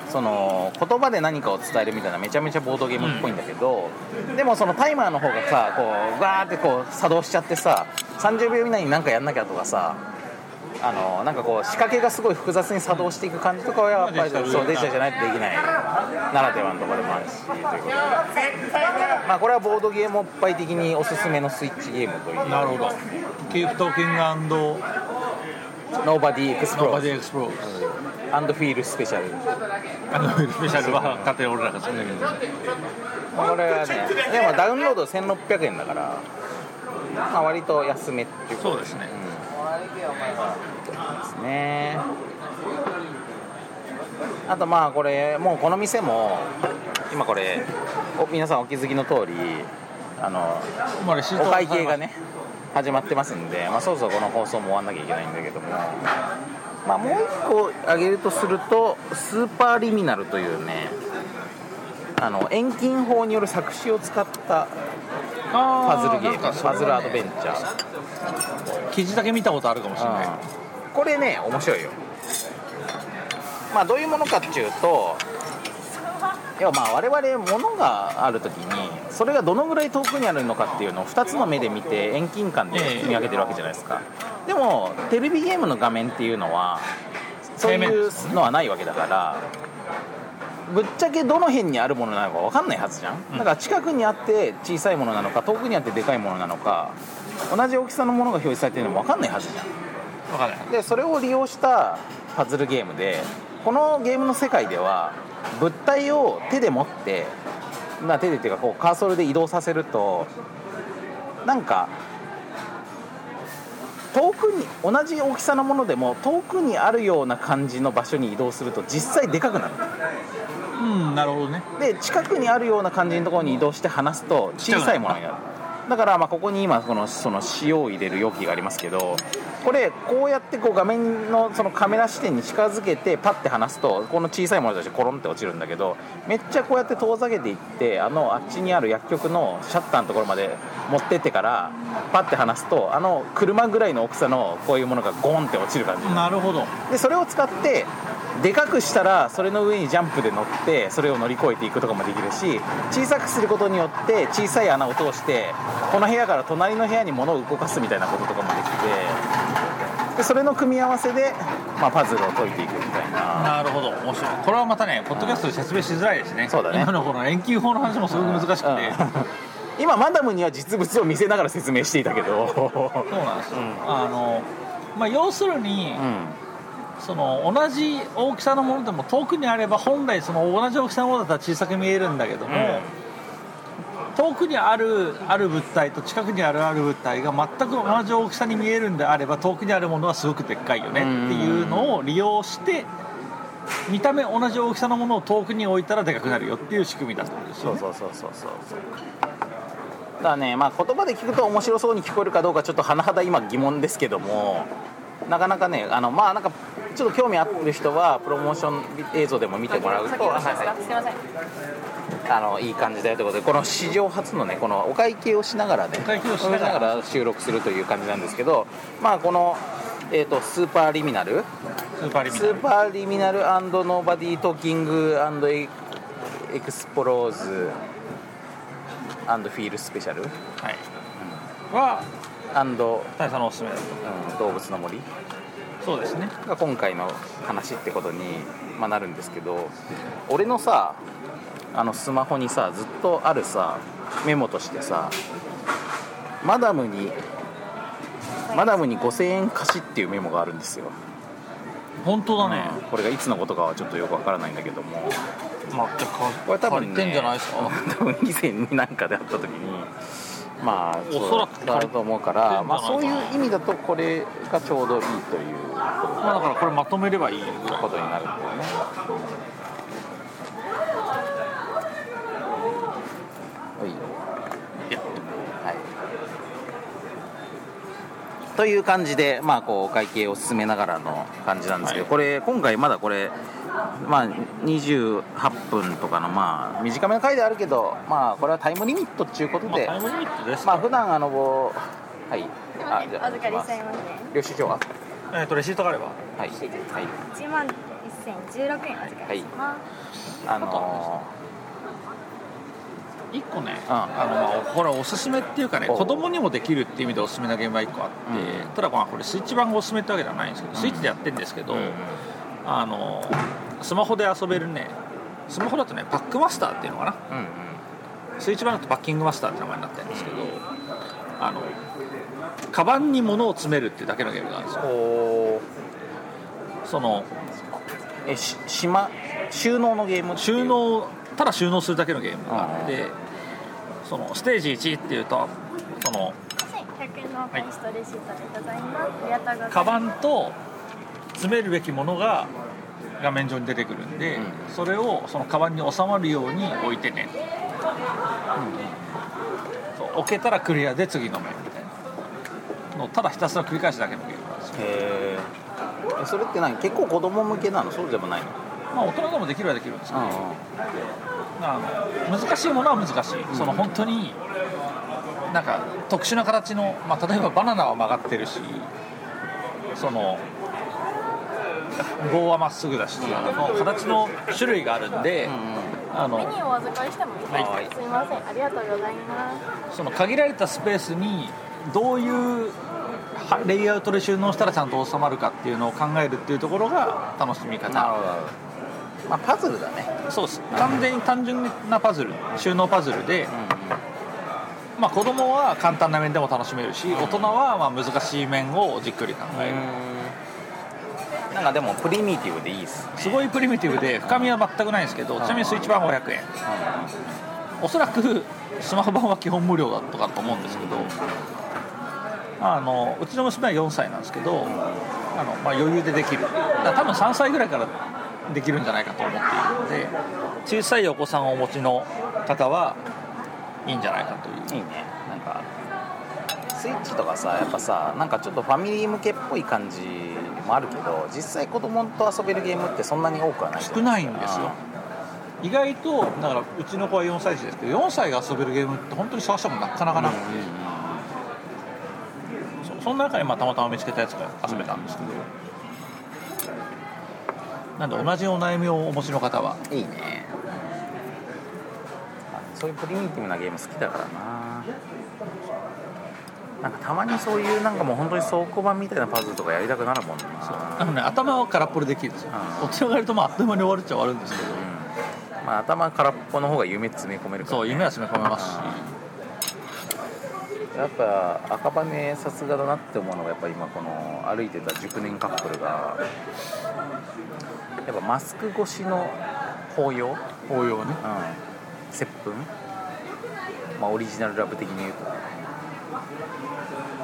Speaker 2: その言葉で何かを伝えるみたいなめちゃめちゃボードゲームっぽいんだけど、でもそのタイマーの方がさこうガーってこう作動しちゃってさ30秒以内に何かやんなきゃとかさあのなんかこう仕掛けがすごい複雑に作動していく感じとかはやっぱり
Speaker 3: まあデジタル
Speaker 2: そうデジタルじゃないとできないならではのところもあるしということでまあこれはボードゲームおっぱい的におすすめのスイッチゲームという
Speaker 3: なるほどギフトキングアンド
Speaker 2: ノーバディエクスプ
Speaker 3: ノ
Speaker 2: ロ
Speaker 3: ーバ
Speaker 2: ー
Speaker 3: ディエクスプローズ
Speaker 2: アンドフィールスペシャル
Speaker 3: あのスペシャルは勝手に俺らが作るんだけど
Speaker 2: これはねでもダウンロード1600円だから、まあ、割と安めっていうこ
Speaker 3: そうですね
Speaker 2: とですねあとまあこれもうこの店も今これお皆さんお気づきの通りあの
Speaker 3: まあレシート
Speaker 2: お
Speaker 3: は
Speaker 2: 会計がね始まってますんで、まあ、そろそろこの放送も終わんなきゃいけないんだけども、まあ、もう一個挙げるとするとスーパーリミナルというねあの遠近法による作詞を使ったパズルゲーム、パズルアドベンチャー、
Speaker 3: 記事だけ見たことあるかもしれない
Speaker 2: うんこれね面白いよまあどういうものかっていうと要はまあ我々物がある時にそれがどのぐらい遠くにあるのかっていうのを2つの目で見て遠近感で
Speaker 3: ええ
Speaker 2: 見分けてるわけじゃないですかでもテレビゲームの画面っていうのはそうい
Speaker 3: 平面
Speaker 2: う
Speaker 3: です
Speaker 2: のはないわけだからぶっちゃけどの辺にあるものなのか分かんないはずじゃん
Speaker 3: ん
Speaker 2: だから近くにあって小さいものなのか遠くにあってでかいものなのか同じ大きさのものが表示されてるのも分かんないはずじゃん
Speaker 3: 分かんない
Speaker 2: でそれを利用したパズルゲームでこのゲームの世界では物体を手で持って、まあ、手でっていうかこうカーソルで移動させるとなんか遠くに同じ大きさのものでも遠くにあるような感じの場所に移動すると実際でかくなる
Speaker 3: うんなるほどね
Speaker 2: で近くにあるような感じのところに移動して離すと小さいものになるだからまあここに今このその塩を入れる容器がありますけどこれこうやってこう画面のそのカメラ視点に近づけてパッて離すとこの小さいものとしてコロンって落ちるんだけどめっちゃこうやって遠ざけていってあのあっちにある薬局のシャッターのところまで持ってってからパッて離すとあの車ぐらいの大きさのこういうものがゴンって落ちる感じ
Speaker 3: なるほど
Speaker 2: でそれを使ってでかくしたらそれの上にジャンプで乗ってそれを乗り越えていくとかもできるし小さくすることによって小さい穴を通してこの部屋から隣の部屋に物を動かすみたいなこととかもできてでそれの組み合わせで、まあ、パズルを解いていくみたいな。
Speaker 3: なるほど面白いこれはまたねポッドキャストで説明しづらいですね
Speaker 2: そうだね
Speaker 3: 今のこの遠近法の話もすごく難しくて、
Speaker 2: うん今マダムには実物を見せながら説明していたけ
Speaker 3: [LAUGHS]
Speaker 2: ど
Speaker 3: そうなんですよ、
Speaker 2: うん
Speaker 3: あのまあ要するに、
Speaker 2: うん
Speaker 3: その同じ大きさのものでも遠くにあれば本来その同じ大きさのものだったら小さく見えるんだけども、
Speaker 2: うん
Speaker 3: 遠くにあるある物体と近くにあるある物体が全く同じ大きさに見えるんであれば遠くにあるものはすごくでっかいよね
Speaker 2: うん
Speaker 3: っていうのを利用して見た目同じ大きさのものを遠くに置いたらでかくなるよっていう仕組みだったんです
Speaker 2: そ
Speaker 3: よ
Speaker 2: う
Speaker 3: ね
Speaker 2: そうそうそうそうそうだからねまあ言葉で聞くと面白そうに聞こえるかどうかちょっと甚だ今疑問ですけどもなかなかねあのまあなんかちょっと興味ある人はプロモーション映像でも見てもらうと
Speaker 4: 先お願いします
Speaker 2: はいはい
Speaker 4: すみません。
Speaker 2: あのいい感じだよということでこの史上初のねこのお会計をしながらね
Speaker 3: お会計をしながら
Speaker 2: 収録するという感じなんですけどまあこの、えー、とスーパーリミナル
Speaker 3: スーパーリミ
Speaker 2: ス
Speaker 3: ナ
Speaker 2: ー
Speaker 3: ル
Speaker 2: パーリミナルノーバディートーキングエクスポローズフィールスペシャル
Speaker 3: はいは大佐のおすすめだと
Speaker 2: 動物の森
Speaker 3: そうですね
Speaker 2: が今回の話ってことに、まあ、なるんですけど俺のさあのスマホにさずっとあるさメモとしてさマダムにマダムに5000円貸しっていうメモがあるんですよ、
Speaker 3: 本当だね、
Speaker 2: うんこれがいつのことかはちょっとよくわからないんだけども
Speaker 3: まあじゃあか
Speaker 2: これ多分、ね、
Speaker 3: 借りてんじゃないですか
Speaker 2: [LAUGHS] 多分以前に何かであった時にまあ
Speaker 3: おそらく
Speaker 2: そうだと思うか
Speaker 3: 借りてんじゃないからな
Speaker 2: まあそういう意味だとこれがちょうどいいという
Speaker 3: まあだからこれまとめればいいぐらい
Speaker 2: ことになるんだよねはい
Speaker 3: いや
Speaker 2: はいという感じで、まあ、こうお会計を進めながらの感じなんですけど、
Speaker 3: はい
Speaker 2: これ今回まだこれ、まあ、28分とかの、まあ、短めの回であるけど、まあ、これはタイムリミットっていうこと
Speaker 3: まあ
Speaker 2: で、
Speaker 3: タイムリミットです
Speaker 2: ま
Speaker 3: か
Speaker 2: あ普段あのぼはい
Speaker 4: すみません。お預かりしちゃいますね。
Speaker 2: 領収書は
Speaker 3: えっとレシートがあれば
Speaker 2: はいはい
Speaker 4: 一万一千十六円お預かりします。
Speaker 2: あのー
Speaker 3: 一個ね、
Speaker 2: うん
Speaker 3: あのまあこれおすすめっていうかね
Speaker 2: おう
Speaker 3: 子供にもできるっていう意味でおすすめなゲームが一個あって、
Speaker 2: う
Speaker 3: ただまあこれスイッチ版がおすすめってわけではないんですけど、スイッチでやってるんですけど、
Speaker 2: うんうん
Speaker 3: あのスマホで遊べるねスマホだとねパックマスターっていうのかな
Speaker 2: うんうん
Speaker 3: スイッチ版だとパッキングマスターって名前になってるんですけど、あのカバンに物を詰めるっていうだけのゲームがあるんですよ
Speaker 2: おー
Speaker 3: その
Speaker 2: えししま収納のゲームっていう
Speaker 3: 収納ただ収納するだけのゲームがあってそのステージ1っていうとその
Speaker 4: 百円のお返しとレシートでございます。ありがとうございます。
Speaker 3: カバンと詰めるべきものが画面上に出てくるんで、
Speaker 2: う
Speaker 3: それをそのカバンに収まるように置いてね、そう置けたらクリアで次の面みたいなのをただひたすら繰り返すだけのゲームなんですよ、
Speaker 2: へえそれって何結構子供向けなのそうでもないの
Speaker 3: まあ、大人でもできるはできるんですけど、
Speaker 2: あ
Speaker 3: あの難しいものは難しい、その本当になんか特殊な形の、まあ、例えばバナナは曲がってるしその棒はまっすぐだし、あの形の種類があるんで、あ
Speaker 4: メニ
Speaker 3: の
Speaker 4: ューをお預かりしてもいいですか、
Speaker 2: はい
Speaker 4: すみませんありがとうございます
Speaker 3: その限られたスペースにどういうはレイアウトで収納したらちゃんと収まるかっていうのを考えるっていうところが楽しみ
Speaker 2: あなる
Speaker 3: 方
Speaker 2: ほどなるほどまあパズルだね
Speaker 3: そうです完全に単純なパズル収納パズルで、まあ、子供は簡単な面でも楽しめるし大人はまあ難しい面をじっくり考える、
Speaker 2: なんかでもプリミティブでいいっす
Speaker 3: すごいプリミティブで深みは全くないんですけどちなみにスイッチ版は500円おそらくスマホ版は基本無料だったかと思うんですけどあのうちの娘は4歳なんですけどあの、まあ、余裕でできるだから多分3歳ぐらいからできるんじゃないかと思っているので小さいお子さんをお持ちの方はいいんじゃないかという
Speaker 2: いいねなんかスイッチとかさやっぱさなんかちょっとファミリー向けっぽい感じもあるけど実際子供と遊べるゲームってそんなに多くはない
Speaker 3: 少ないんですよ意外とだからうちの子は4歳児ですけど4歳が遊べるゲームって本当に探してもなかなかなくて、そその中でまあたまたま見つけたやつが遊べたんですけど、なんで同じお悩みをお持ちの方はい
Speaker 2: いねそういうプリミティブなゲーム好きだからななんかたまにそういうなんかもう本当に倉庫版みたいなパズルとかやりたくなるもんな
Speaker 3: あの、ね、頭は空っぽでできるんですよ
Speaker 2: う
Speaker 3: お強がるとまああっという間に終わるっちゃ終わるんですけど、
Speaker 2: うんまあ頭空っぽの方が夢詰め込めるから、
Speaker 3: そう夢は詰め込めますし
Speaker 2: やっぱ赤羽さすがだなって思うのがやっぱ今この歩いてた熟年カップルがやっぱマスク越しの抱擁、うん、
Speaker 3: 応用ね
Speaker 2: 接吻、まあ、オリジナルラブ的に言うと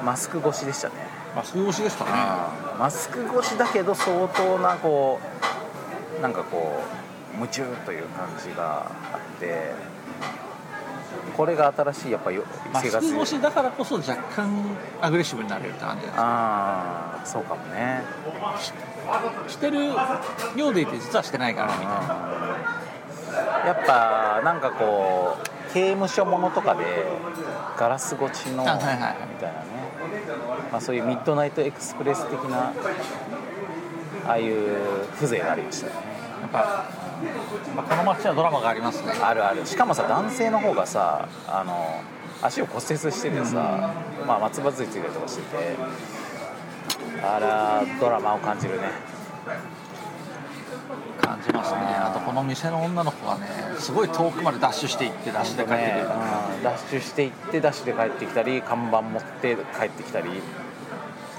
Speaker 2: マスク越しでしたね、
Speaker 3: まあそういう推しですかね
Speaker 2: マスク越しだけど相当なこうなんかこう夢中という感じがあってこれが新しいやっぱよ
Speaker 3: マス
Speaker 2: 生
Speaker 3: ク越
Speaker 2: 活
Speaker 3: しだからこそ若干アグレッシブになれるって感じなんですよ
Speaker 2: ああそうかもね
Speaker 3: してるようでいて実はしてないからみたいな
Speaker 2: やっぱなんかこう刑務所ものとかでガラス越しのみ
Speaker 3: あ
Speaker 2: たいな
Speaker 3: はいはいはい
Speaker 2: ね、まあ、そういうミッドナイトエクスプレス的なああいう風情がありましたね
Speaker 3: やっぱ、まあ、この街はドラマがありますね
Speaker 2: あるあるしかもさ男性の方がさあの足を骨折しててさ、まあ、松葉ついてたりとかしててあらドラマを感じるね
Speaker 3: 感じますねあとこの店の女の子がねすごい遠くまでダッシュしていってダッシュで帰ってく
Speaker 2: ね
Speaker 3: るから、
Speaker 2: うんダッシュしていってダッシュで帰ってきたり看板持って帰ってきたりし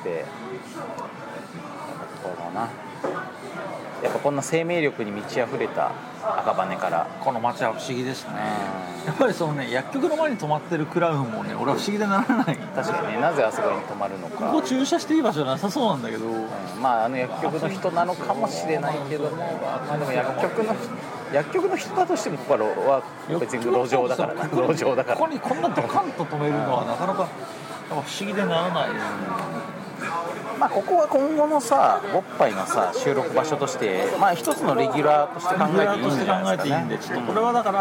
Speaker 2: てそうだなやっぱこんな生命力に満ち溢れた赤羽から、
Speaker 3: この街は不思議ですねやっぱりそのね薬局の前に止まってるクラウンもね俺は不思議でならない
Speaker 2: 確かにねなぜあそこに泊まるのか、
Speaker 3: ここ駐車していい場所なさそうなんだけど
Speaker 2: うんまああの薬局の人なのかもしれないけども、まあ、でも薬局の薬局の人だとしてもここはは別に路上だからな
Speaker 3: ここに
Speaker 2: 路上だから
Speaker 3: ここにこんなドカンと止めるのはなかなかやっぱ不思議でならないですね
Speaker 2: まあ、ここは今後のさ、ボッパイのさ、収録場所として、まあ、一つのレギュラーとして考えていいんじゃないですかね。
Speaker 3: ちょっとこれはだから、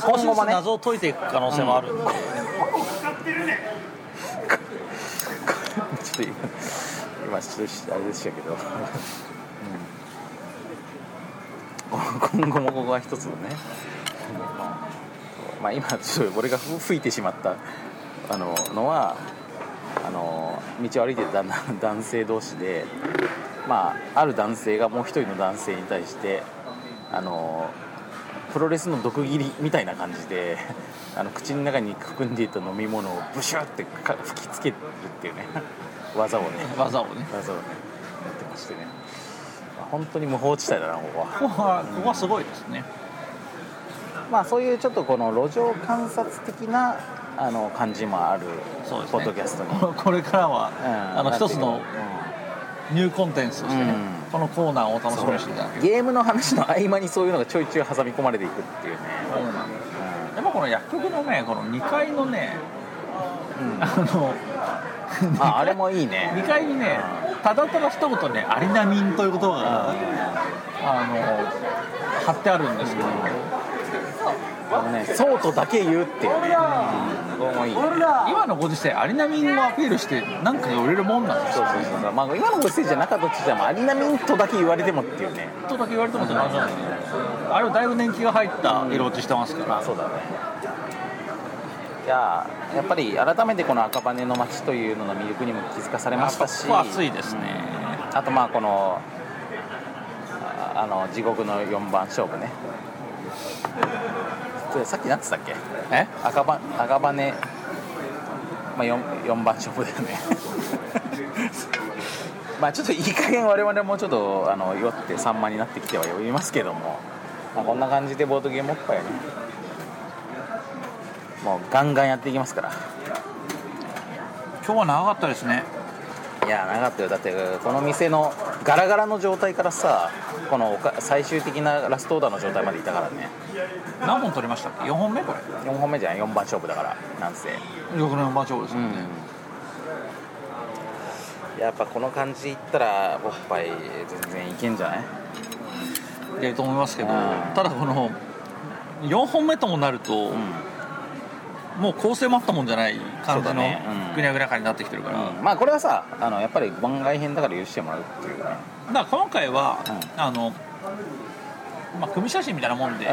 Speaker 2: 今
Speaker 3: あ、今
Speaker 2: 後
Speaker 3: 後
Speaker 2: も
Speaker 3: も
Speaker 2: ね
Speaker 3: 謎を解いていく可能性もあるんで、
Speaker 2: ちょっと今、今ちょっとあれでしたけど、うん今後もここは一つのね、まあ、今、ちょっと俺が吹いてしまったあののは、あの道を歩いてた男男性同士で、まあ、ある男性がもう一人の男性に対してあのプロレスの毒斬りみたいな感じであの口の中に含んでいた飲み物をブシュってか吹きつけるっていうね技をね
Speaker 3: 技をね
Speaker 2: 技をねやってましてねまあ本当に無法地帯だなここは。
Speaker 3: ここはここはすごいですね、
Speaker 2: まあ、そういうちょっとこの路上観察的なあの感じもある
Speaker 3: そうですね
Speaker 2: ポッ
Speaker 3: [LAUGHS]
Speaker 2: ドキャストに。
Speaker 3: これからは、
Speaker 2: うん
Speaker 3: あの一つのニューコンテンツとしてね、
Speaker 2: うん
Speaker 3: ここのコーナーを楽しみにしていただける
Speaker 2: ゲームの話の合間にそういうのがちょいちょい挟み込まれていくっていうね
Speaker 3: そうなんですやっぱこの薬局のねこの2階のね、あの
Speaker 2: ああれもいいね
Speaker 3: 2階にねただただ一言ね「アリナミン」という言葉が、あの貼ってあるんですけど、
Speaker 2: あのねそうとだけ言うっていうねそこもいい
Speaker 3: 今のご時世アリナミンをアピールしてなんかが売れるもんなんです
Speaker 2: そうそうそうそう、まあ、今のご時世じゃなかったとしてもアリナミンとだけ言われてもっていうね
Speaker 3: ちょっとだけ言われてもってなんじゃないですかあれはだいぶ年季が入った色落ちしてますから、
Speaker 2: そうだねいややっぱり改めてこの赤羽の街というのの魅力にも気づかされましたし
Speaker 3: ここは暑いですね、
Speaker 2: あとまあこのああの地獄の4番勝負ねそれさっき何つったっけ
Speaker 3: え
Speaker 2: 赤羽赤羽、まあ、4, 4番勝負だよ
Speaker 3: [LAUGHS]
Speaker 2: ねまあちょっといい加減我々もちょっとあの酔って散漫になってきては呼びますけども、まあ、こんな感じでボードゲームおっぱいはねもうガンガンやっていきますから
Speaker 3: 今日は長かったですね
Speaker 2: いやなかったよだってこの店のガラガラの状態からさこのおか最終的なラストオーダーの状態までいたからね
Speaker 3: 何本取りましたっけ4本目これ
Speaker 2: 4本目じゃん4番勝負だからなんせ
Speaker 3: 6年番長ですね、
Speaker 2: やっぱこの感じいったらボッパイ全然いけんじゃない
Speaker 3: いけると思いますけど、
Speaker 2: うん
Speaker 3: ただこの4本目ともなると、もう構成もあったもんじゃない
Speaker 2: そ
Speaker 3: 感じ
Speaker 2: うだ
Speaker 3: の
Speaker 2: ねうん
Speaker 3: ぐにゃぐにゃ感になってきてるから、
Speaker 2: まあこれはさあのやっぱり番外編だから許してもらうっていうね
Speaker 3: だから今回は、
Speaker 2: う
Speaker 3: あのまあ、組写真みたいなもんで、
Speaker 2: う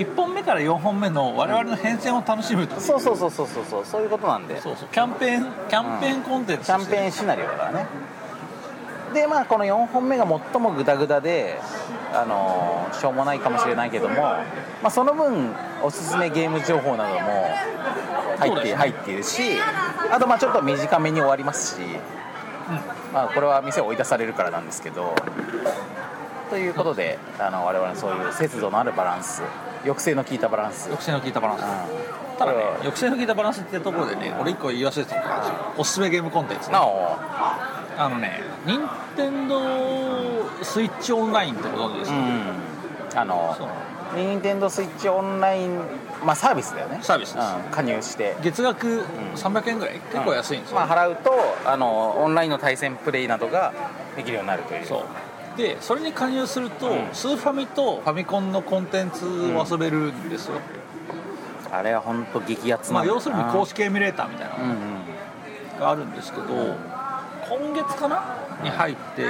Speaker 3: 1本目から4本目の我々の変遷を楽しむと、
Speaker 2: んそうそうそうそうそうそうそういうことなんで
Speaker 3: そうそうキャンペーンキャンペーンコンテンツ
Speaker 2: キャンペーンシナリオだからねでまあこの4本目が最もグダグダであのーしょうもないかもしれないけども、まあ、その分おすすめゲーム情報なども入
Speaker 3: そ
Speaker 2: っ
Speaker 3: うで
Speaker 2: て,、
Speaker 3: すね
Speaker 2: 入っているしあとまあちょっと短めに終わりますし、まあ、これは店を追い出されるからなんですけどということであの我々のそういう節度のあるバランス抑制の効いたバランス、うん
Speaker 3: 抑制の効いたバランス、ただね抑制の効いたバランスってところでね俺1個言い忘れてたのがおすすめゲームコンテンツね
Speaker 2: なお
Speaker 3: あのね任天堂スイッチオンラインってご存知ですか、
Speaker 2: うん、あの
Speaker 3: そう
Speaker 2: 任天堂スイッチオンライン、まあ、サービスだよね
Speaker 3: サービスです
Speaker 2: うん、加入して
Speaker 3: 月額300円ぐらい、結構安いんですよ、
Speaker 2: まあ、払うとあのオンラインの対戦プレイなどができるようになるという
Speaker 3: そうでそれに加入すると、
Speaker 2: うん
Speaker 3: スーファミとファミコンのコンテンツを遊べるんですよ、
Speaker 2: あれは本当激アツ
Speaker 3: ま
Speaker 2: な
Speaker 3: あ、
Speaker 2: んだな
Speaker 3: 要するに公式エミュレーターみたいな
Speaker 2: うん
Speaker 3: のがあるんですけど、今月かなに入って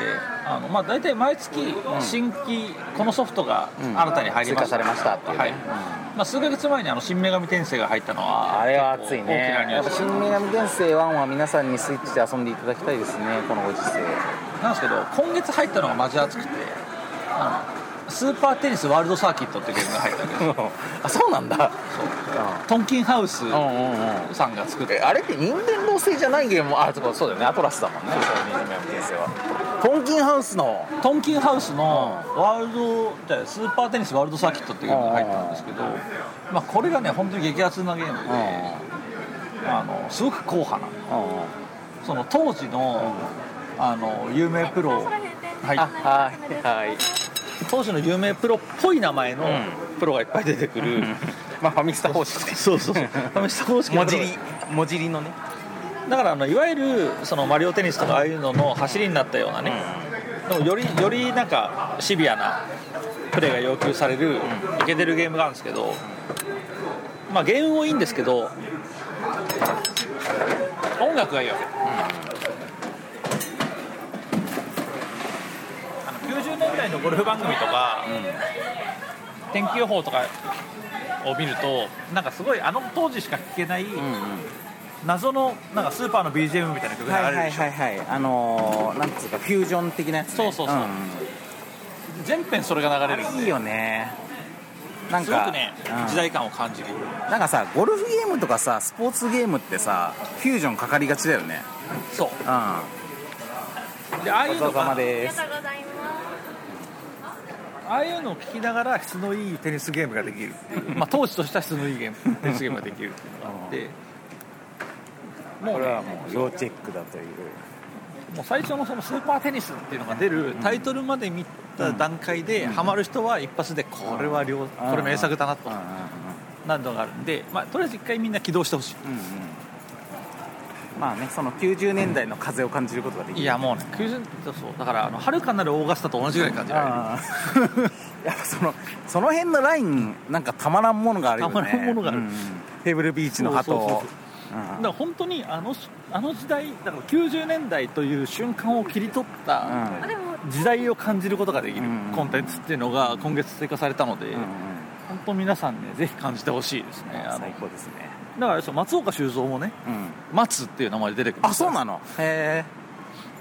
Speaker 3: あの、まあ、大体毎月新規このソフトが
Speaker 2: うん
Speaker 3: 新たに入り
Speaker 2: 追
Speaker 3: ま
Speaker 2: 加
Speaker 3: した、
Speaker 2: されましたっていうね
Speaker 3: はい
Speaker 2: うん
Speaker 3: まあ、数ヶ月前にあの新女神転生が入ったのは
Speaker 2: あれは熱いね
Speaker 3: 大きな
Speaker 2: やっぱ
Speaker 3: ニュース
Speaker 2: 新女神転生1は皆さんにスイッチで遊んでいただきたいですねこのご時世
Speaker 3: なんですけど今月入ったのがマジ熱くてあのスーパーテニスワールドサーキットってゲームが入ったわけど
Speaker 2: [LAUGHS] あそうなんだ
Speaker 3: トンキンハウス
Speaker 2: うんうんうんうん
Speaker 3: さんが作っ
Speaker 2: え
Speaker 3: て
Speaker 2: あれって任天堂製じゃないゲームもあそうかそうだよねアトラスだもんね任天堂転生はトンキンハウスの
Speaker 3: トンキンハウスのワールドじゃあスーパーテニスワールドサーキットっていうのが入ったんですけど、まあ、これがね本当に激アツなゲームで、あのすごく硬派なその当時の,、あの有名プロはい
Speaker 2: あはいはい
Speaker 3: 当時の有名プロっぽい名前の
Speaker 2: ん
Speaker 3: プロがいっぱい出てくる、
Speaker 2: まあファミスタ方式
Speaker 3: そうそうそう試した方式の
Speaker 2: も
Speaker 3: プ
Speaker 2: じ
Speaker 3: ロが
Speaker 2: りもじりのね
Speaker 3: だからあのいわゆるそのマリオテニスとかああいうのの走りになったようなね、でもよりよりなんかシビアなプレーが要求されるイケてるゲームがあるんですけど、まあ、ゲームもいいんですけど音楽がいいわけ、あの90年代のゴルフ番組とか、天気予報とかを見るとなんかすごいあの当時しか聴けない、謎のなんかスーパーの BGM みたいな曲が
Speaker 2: はい
Speaker 3: あ
Speaker 2: は
Speaker 3: る
Speaker 2: い
Speaker 3: でしょ、
Speaker 2: はいはいあのー、なんつうかフュージョン的なやつ、ね、
Speaker 3: そうそうそうん全編それが流れるん
Speaker 2: い
Speaker 3: で
Speaker 2: いよねなん
Speaker 3: すご
Speaker 2: か
Speaker 3: くね、
Speaker 2: うん
Speaker 3: 時代感を感じる
Speaker 2: なんかさゴルフゲームとかさスポーツゲームってさフュージョンかかりがちだよね
Speaker 3: そ
Speaker 2: うんあ
Speaker 3: うでああいうのが
Speaker 2: です
Speaker 4: とうございま
Speaker 3: ああいうのを聞きながら質のいいテニスゲームができるって [LAUGHS] いうまあ当時とした質のいいゲームテニスゲームができるっていうのがあっても
Speaker 2: こ
Speaker 3: う
Speaker 2: れ
Speaker 3: ね
Speaker 2: はもう要チェックだという
Speaker 3: もう最初のそのスーパーテニスっていうのが出るタイトルまで見た段階で、ハマる人は一発でこれは両、これ名作だなとなるのがあるんで、まあ、とりあえず一回みんな起動してほし
Speaker 2: うんうんまあねその90年代の風を感じることができ
Speaker 3: い
Speaker 2: る
Speaker 3: いやもうね90年代そうだからあの遥かなるオーガスタと同じぐらい感じられる
Speaker 2: あー [LAUGHS] やっぱそのその辺のラインなんかたまらんものがあるよね
Speaker 3: たまらんものがある
Speaker 2: うんペーブルビーチの鳩
Speaker 3: そうそうそ
Speaker 2: う
Speaker 3: う
Speaker 2: ん
Speaker 3: だから本当にあのあの時代だから90年代という瞬間を切り取った
Speaker 2: うん
Speaker 4: でも
Speaker 3: 時代を感じることができる
Speaker 2: うん
Speaker 3: コンテンツっていうのが今月追加されたので、
Speaker 2: うんうん
Speaker 3: 本当皆さんねぜひ感じてほしいですねあの
Speaker 2: 最高ですね、
Speaker 3: だからそう松岡修造もね
Speaker 2: うん、
Speaker 3: 松っていう名前で出てくる
Speaker 2: あそうなのへえ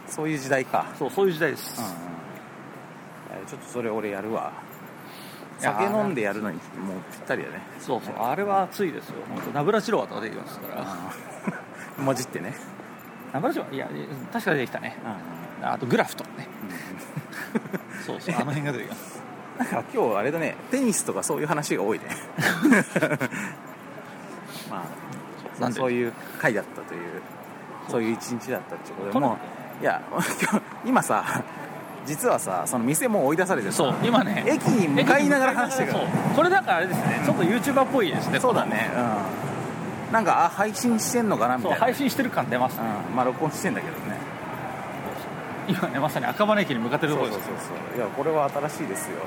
Speaker 2: そういう時代か、
Speaker 3: そうそういう時代です、
Speaker 2: うんうんえーちょっとそれ俺やるわ
Speaker 3: いやー
Speaker 2: 酒飲んでやるのにもうぴったりだね
Speaker 3: そうそうあれは熱いですよ本当ナブラチロワとか出てきますから
Speaker 2: うん [LAUGHS] 混じってね、
Speaker 3: ナブラチロワいや確か出てきたねあとグラフとかねそうそうあの辺が出てきます
Speaker 2: なんか今日あれだねテニスとかそういう話が多い [LAUGHS] ねまあ
Speaker 3: なんで
Speaker 2: そういう回だったというそういう一日だったってことで
Speaker 3: この
Speaker 2: もういや [LAUGHS] 今日今さ実はさその店もう追い出されてさ
Speaker 3: そう今ね
Speaker 2: 駅に向かいながら話してるから
Speaker 3: そうこれなんかあれですねちょっと YouTuber っぽいですね
Speaker 2: そうだねうんなんかあ配信してんのかなみた
Speaker 3: そう
Speaker 2: いな
Speaker 3: 配信してる感出ますね
Speaker 2: うん、まあ録音してんだけどね
Speaker 3: 今ねまさに赤羽駅に向かってる
Speaker 2: そう
Speaker 3: と
Speaker 2: そ
Speaker 3: こ
Speaker 2: う
Speaker 3: ろ
Speaker 2: そ
Speaker 3: で
Speaker 2: う
Speaker 3: す
Speaker 2: そういやこれは新しいですよ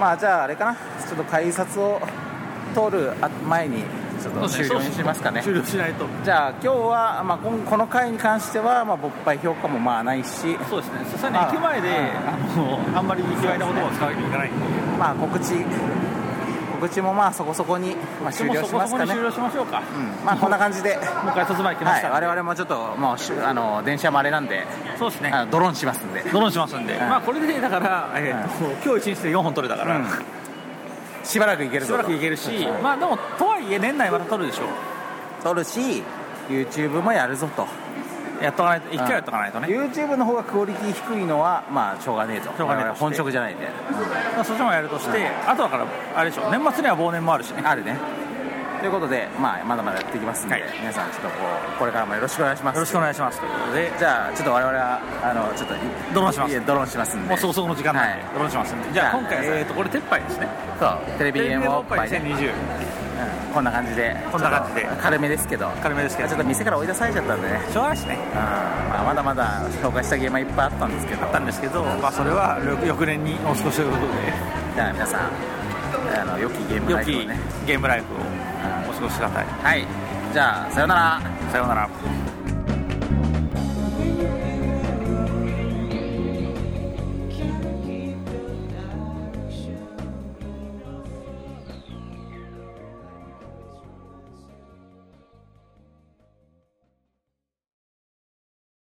Speaker 2: まあじゃああれかなちょっと改札を通るあ前にちょっと終了にしますかね
Speaker 3: 終了しないと
Speaker 2: じゃあ今日は、まあ、こんこの回に関しては、まあ、勃発評価もまあないし、
Speaker 3: そうですねさすがに
Speaker 2: ああ
Speaker 3: 駅前であのあんまり卑猥な言葉を使うわけにいかないんで
Speaker 2: まあ、告知告知もまあそこそこに、まあ、終了
Speaker 3: そ
Speaker 2: し
Speaker 3: こ
Speaker 2: ま
Speaker 3: そ
Speaker 2: す
Speaker 3: こ
Speaker 2: か
Speaker 3: に
Speaker 2: ね
Speaker 3: 終了しましょうか
Speaker 2: うんまあこんな感じで、は
Speaker 3: もう改札前来まし
Speaker 2: い、
Speaker 3: た
Speaker 2: 我々もちょっともうしゅあの電車もあれなんで、
Speaker 3: そうですね
Speaker 2: あのドローンしますんで、
Speaker 3: ドローンしますんで、
Speaker 2: い
Speaker 3: まあこれでだから、えーと今日一日で4本取れたから、
Speaker 2: うんしばらく行ける
Speaker 3: し
Speaker 2: ぞ
Speaker 3: ば
Speaker 2: と
Speaker 3: らくいけるし、まあでもとはいえ年内また取るでしょう
Speaker 2: 撮るし YouTube もやるぞと
Speaker 3: やっとかないと一回やっとかないとね、
Speaker 2: YouTube の方がクオリティ低いのはまあしょうがねえと
Speaker 3: しょうがねえと
Speaker 2: 我々本職じゃないんで
Speaker 3: まあそっちもやるとして、あとだからあれでしょう年末には忘年もあるしね
Speaker 2: あるねということで、まあ、まだまだやっていきますんで、
Speaker 3: はい
Speaker 2: 皆さんちょっとこうこれからもよろしくお願いします
Speaker 3: よろしくお願いしますということで
Speaker 2: じゃあちょっと我々はあのちょっとい
Speaker 3: ドローンします
Speaker 2: いやドローンしますんで
Speaker 3: もうそこそこの時間なんで、
Speaker 2: はい
Speaker 3: よろしくお願いします
Speaker 2: じ
Speaker 3: じ
Speaker 2: ゃ
Speaker 3: ゃ
Speaker 2: あ
Speaker 3: あ今回、
Speaker 2: えー
Speaker 3: えー、とこれ撤廃ですね
Speaker 2: そうテレビゲームおっぱいね、
Speaker 3: 2020
Speaker 2: うんこんな感じで
Speaker 3: こんな感じで
Speaker 2: ちょっと軽めですけど
Speaker 3: 軽めですけど
Speaker 2: ちょっと店から追い出されちゃったんでね、
Speaker 3: しょうがないですね
Speaker 2: うんまあ、まだまだ紹介したゲームはいっぱいあったんですけど
Speaker 3: あったんですけど、まあ、それは翌翌年にもう少しということで
Speaker 2: じゃあ皆さんあの良きゲームラ
Speaker 3: 良
Speaker 2: イ
Speaker 3: き
Speaker 2: フをね
Speaker 3: ゲームライフをお過ごしください
Speaker 2: はいじゃあさようなら
Speaker 3: さようなら